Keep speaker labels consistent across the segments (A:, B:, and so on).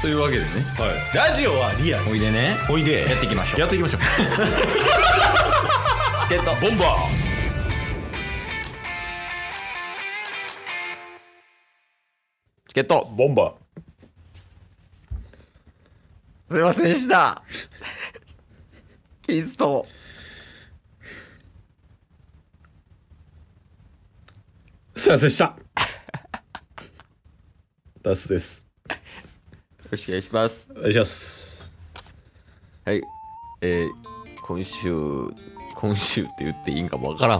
A: というわけでね
B: はい、ラジオはリアル
A: おいでね
B: おいで
A: やっていきましょう
B: やっていきましょ う
A: ゲット
B: ボンバ
A: ゲット
B: ーボンバ
A: すいませんでしたキースト
B: ーすいませんでしたダスです
A: よろしくお願いします
B: お願いします
A: はいえー、今週今週って言っていいんかもわからん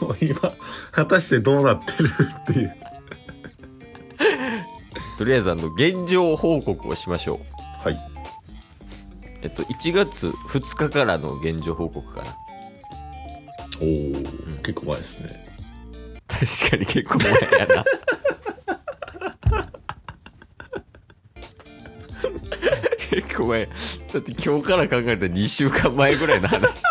B: もう今果たしてどうなってるっていう
A: とりあえずあの現状報告をしましょう
B: はい
A: えっと1月2日からの現状報告かな
B: おお、結構前ですね
A: 確かに結構前やな結構前だって今日から考えたら2週間前ぐらいの話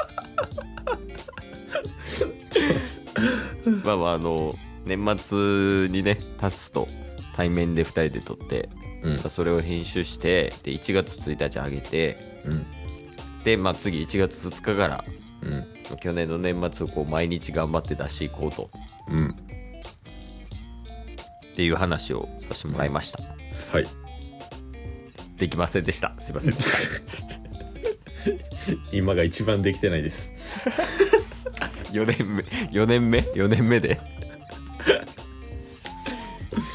A: まあまああの年末にねタスと対面で2人で撮って、
B: うん
A: まあそれを編集してで1月1日上げて
B: うん
A: で、まあ、次1月2日から
B: うん
A: 去年の年末をこう毎日頑張って出していこうと
B: うん
A: っていう話をさせてもらいました、
B: はい
A: できませんでしたすいませんでし
B: 今が一番できてないです
A: た4年目4年目4年 目で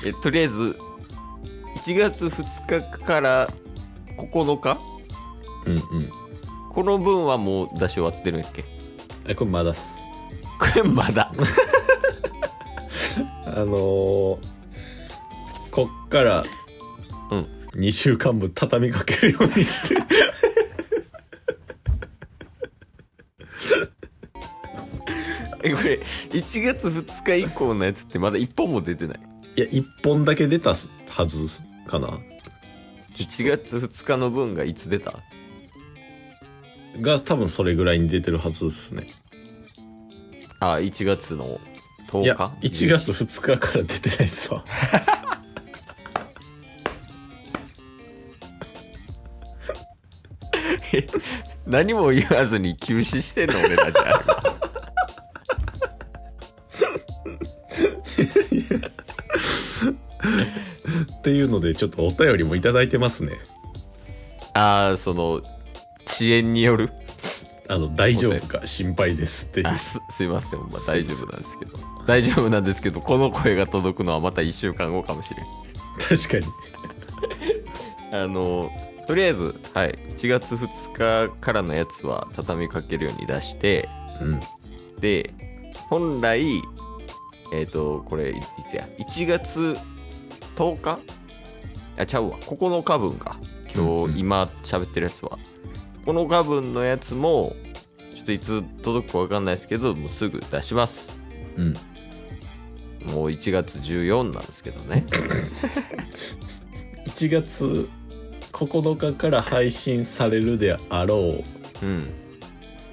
A: えとりあえず1月2日から9日
B: うんうん
A: この分はもう出し終わってるんやっけ
B: えこれまだっす
A: これ まだ
B: あのー、こっから
A: うん
B: 2週間分畳みかけるようにして
A: えこれ1月2日以降のやつってまだ1本も出てない
B: いや1本だけ出たはずかな
A: 1月2日の分がいつ出た
B: が多分それぐらいに出てるはずですね
A: あ1月の
B: い
A: 10
B: や
A: 日
B: 1月2日から出てないっす わ
A: 何も言わずに休止してんの俺たちは
B: っていうのでちょっとお便りもいただいてますね
A: ああその遅延による
B: あの大丈夫か心配ですっていう
A: あすすいません、まあ、
B: すい
A: 大
B: ま
A: 丈
B: せん
A: 夫なんですけど大丈夫なんですけどこの声が届くのはまた1週間後かもしれん
B: 確かに
A: あのとりあえず、はい、1月2日からのやつは畳みかけるように出して
B: うん
A: で本来えっ、とこれいいつや1月10日あちゃうわ9日分か今
B: うんうん
A: 日今喋ってるやつは9日分のやつもちょっといつ届くか分かんないですけどもうすぐ出します
B: うん
A: もう1月14なんですけど ね
B: 1月9日から配信されるであろう
A: うん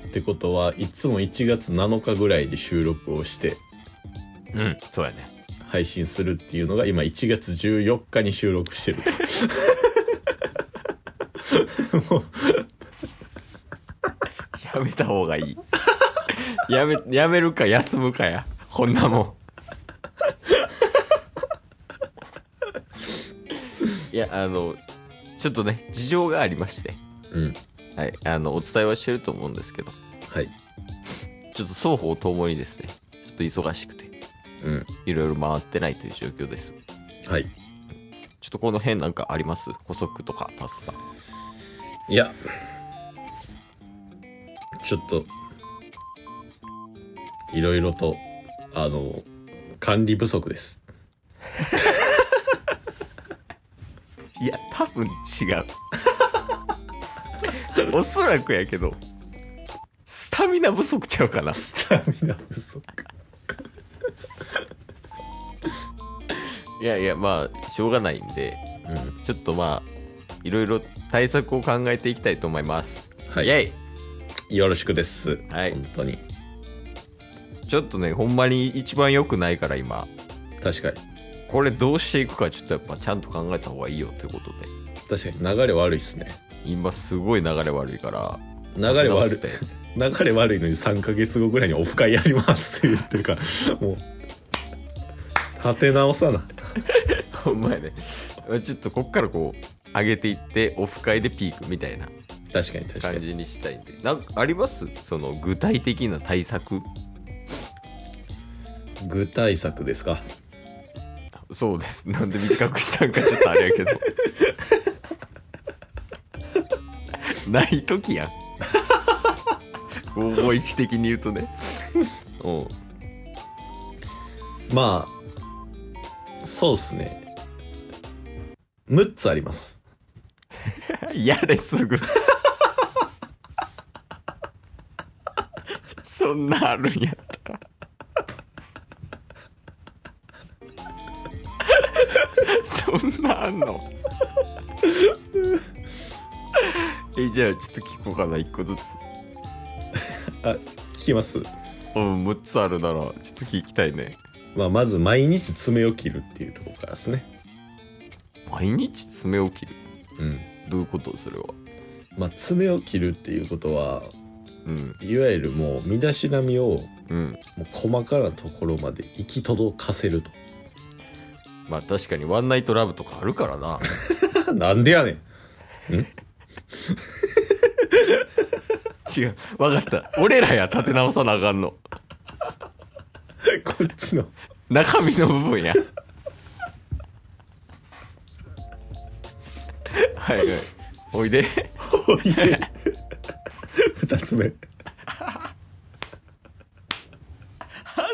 B: ってことはいつも1月7日ぐらいで収録をして
A: うんそうやね
B: 配信するっていうのが今1月14日に収録してるもう
A: やめた方がいい やめやめるか休むかやこんなもん いやあのちょっとね事情がありまして、
B: うん
A: はい、あのお伝えはしてると思うんですけど
B: はい
A: ちょっと双方ともにですねちょっと忙しくて
B: うん
A: いろいろ回ってないという状況です
B: はい
A: ちょっとこの辺なんかあります補足とかタスさん
B: いやちょっといろいろとあの管理不足です
A: いや多分違う おそらくやけどスタミナ不足ちゃうかな
B: スタミナ不足
A: いやいやまあしょうがないんで
B: うん
A: ちょっとまあいろいろ対策を考えていきたいと思います
B: はい
A: イェ
B: よろしくです、
A: はい
B: 本当に
A: イちょっとねほんまに一番良くないから今
B: 確かに
A: これどうしていくかちょっとやっぱちゃんと考えた方がいいよということで
B: 確かに流れ悪いっすね
A: 今すごい流れ悪いから
B: 流れ悪
A: 立
B: い
A: て直して
B: 流れ悪いのに3ヶ月後ぐらいにオフ会やりますって言ってるからもう立て直さな
A: ほんまやねちょっとこっからこう上げていってオフ会でピークみたいな
B: 確かに確か
A: 感
B: に
A: じにしたいんでなんかありますその具体的な対策
B: 具体策ですか
A: そうですなんで短くしたんかちょっとあれや けどない時やん 思い置的に言うと ねうん
B: まあそうっすね6つあります
A: やれすぐ そんなあるんやった そんなあんの えじゃあちょっと聞こうかな一個ずつ
B: あ聞きます、
A: うん6つあるならちょっと聞きたいね
B: まあ、まず毎日爪を切るっていうところからですね
A: 毎日爪を切る
B: うん
A: どういうことそれは
B: まあ爪を切るっていうことは
A: うん
B: いわゆるもう身だしなみを
A: うん
B: もう細かなところまで行き届かせる
A: まあ確かにワンナイトラブとかあるからな
B: と なんでやねん
A: 違う分かった俺らや立て直さなあかんの
B: こっちの
A: 中身の部分やはいはいおいで
B: 2つ目
A: 反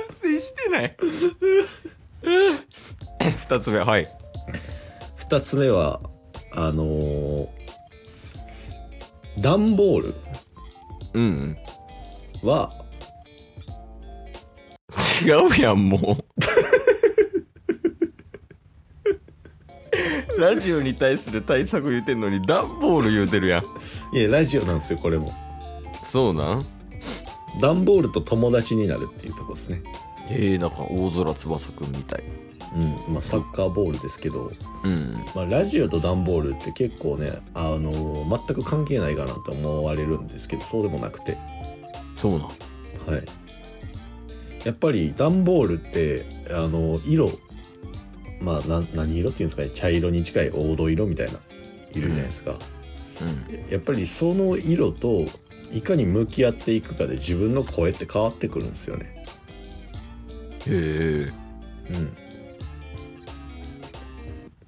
A: 省してない二つ目はい
B: 2つ目はあのー段ボー
A: うんうん
B: ルは
A: 違うやんもうラジオに対する対策言うてんのに段ボール言うてるやん
B: いやラジオなんですよこれも
A: そうなん
B: 段ボールと友達になるっていうとこですね
A: えー、なんか大空翼くんみたい
B: うんまあサッカーボールですけど、
A: うん
B: まあ、ラジオと段ボールって結構ねあのー全く関係ないかなと思われるんですけどそうでもなくて
A: そうなん
B: はい、やっぱり段ボールってあの色まあな何色っていうんですかね茶色に近い黄土色みたいな色じゃないですか、
A: うん
B: やっぱりその色といかに向き合っていくかで自分の声って変わってくるんですよね
A: へえ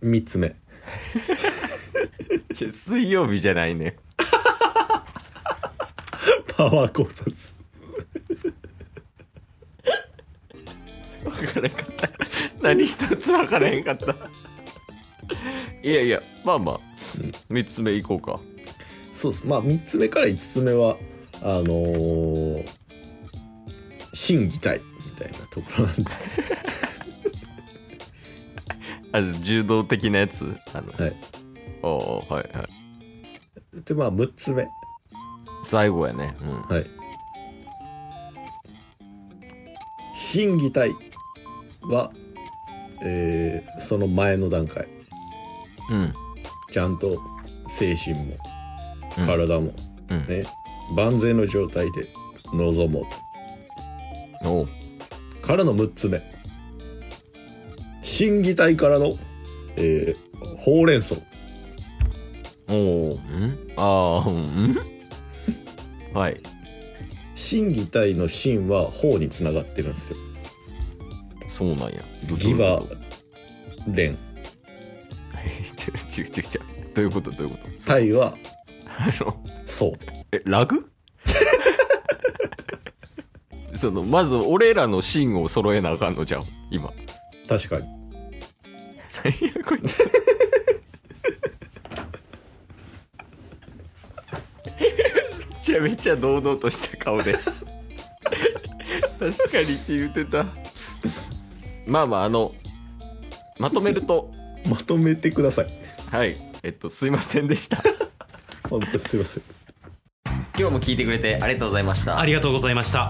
B: うん3つ目
A: じゃ水曜日じゃないね
B: パワー考察
A: 分からんかった何一つ分からへんかったいやいやまあまあ、
B: うん
A: 三3つ目いこうか
B: そうですまあ3つ目から5つ目はあのー、審議体みたいなところなんで
A: あ柔道的なやつあの
B: はい
A: おうおうはいはい
B: でまあ6つ目
A: 最後やねうん
B: はい。審議体は、えーその前の段階。
A: うん
B: ちゃんと精神も
A: うん
B: 体も、
A: うん
B: ね、万全の状態で臨もう
A: おう
B: と。からの6つ目。審議体からの、えーほうれん草。
A: おうんああうんはい
B: 審議体の芯は法につながってるんですよ。
A: そうなんやど
B: 義は
A: どういうこ
B: 連。
A: とちょちょちょちょどういうことどういうことそう
B: 体は
A: あの
B: そう。
A: え ラグそのまず俺らのシーンを揃えなあかんのじゃん今
B: 確かに。
A: 何やこいつめちゃめちゃ堂々とした顔で確かにって言ってたまあまああのまとめると
B: まとめてください。
A: はいえっとすいませんでした
B: 本当にすいません。
A: 今日も聞いてくれてありがとうございました
C: ありがとうございました。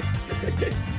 C: す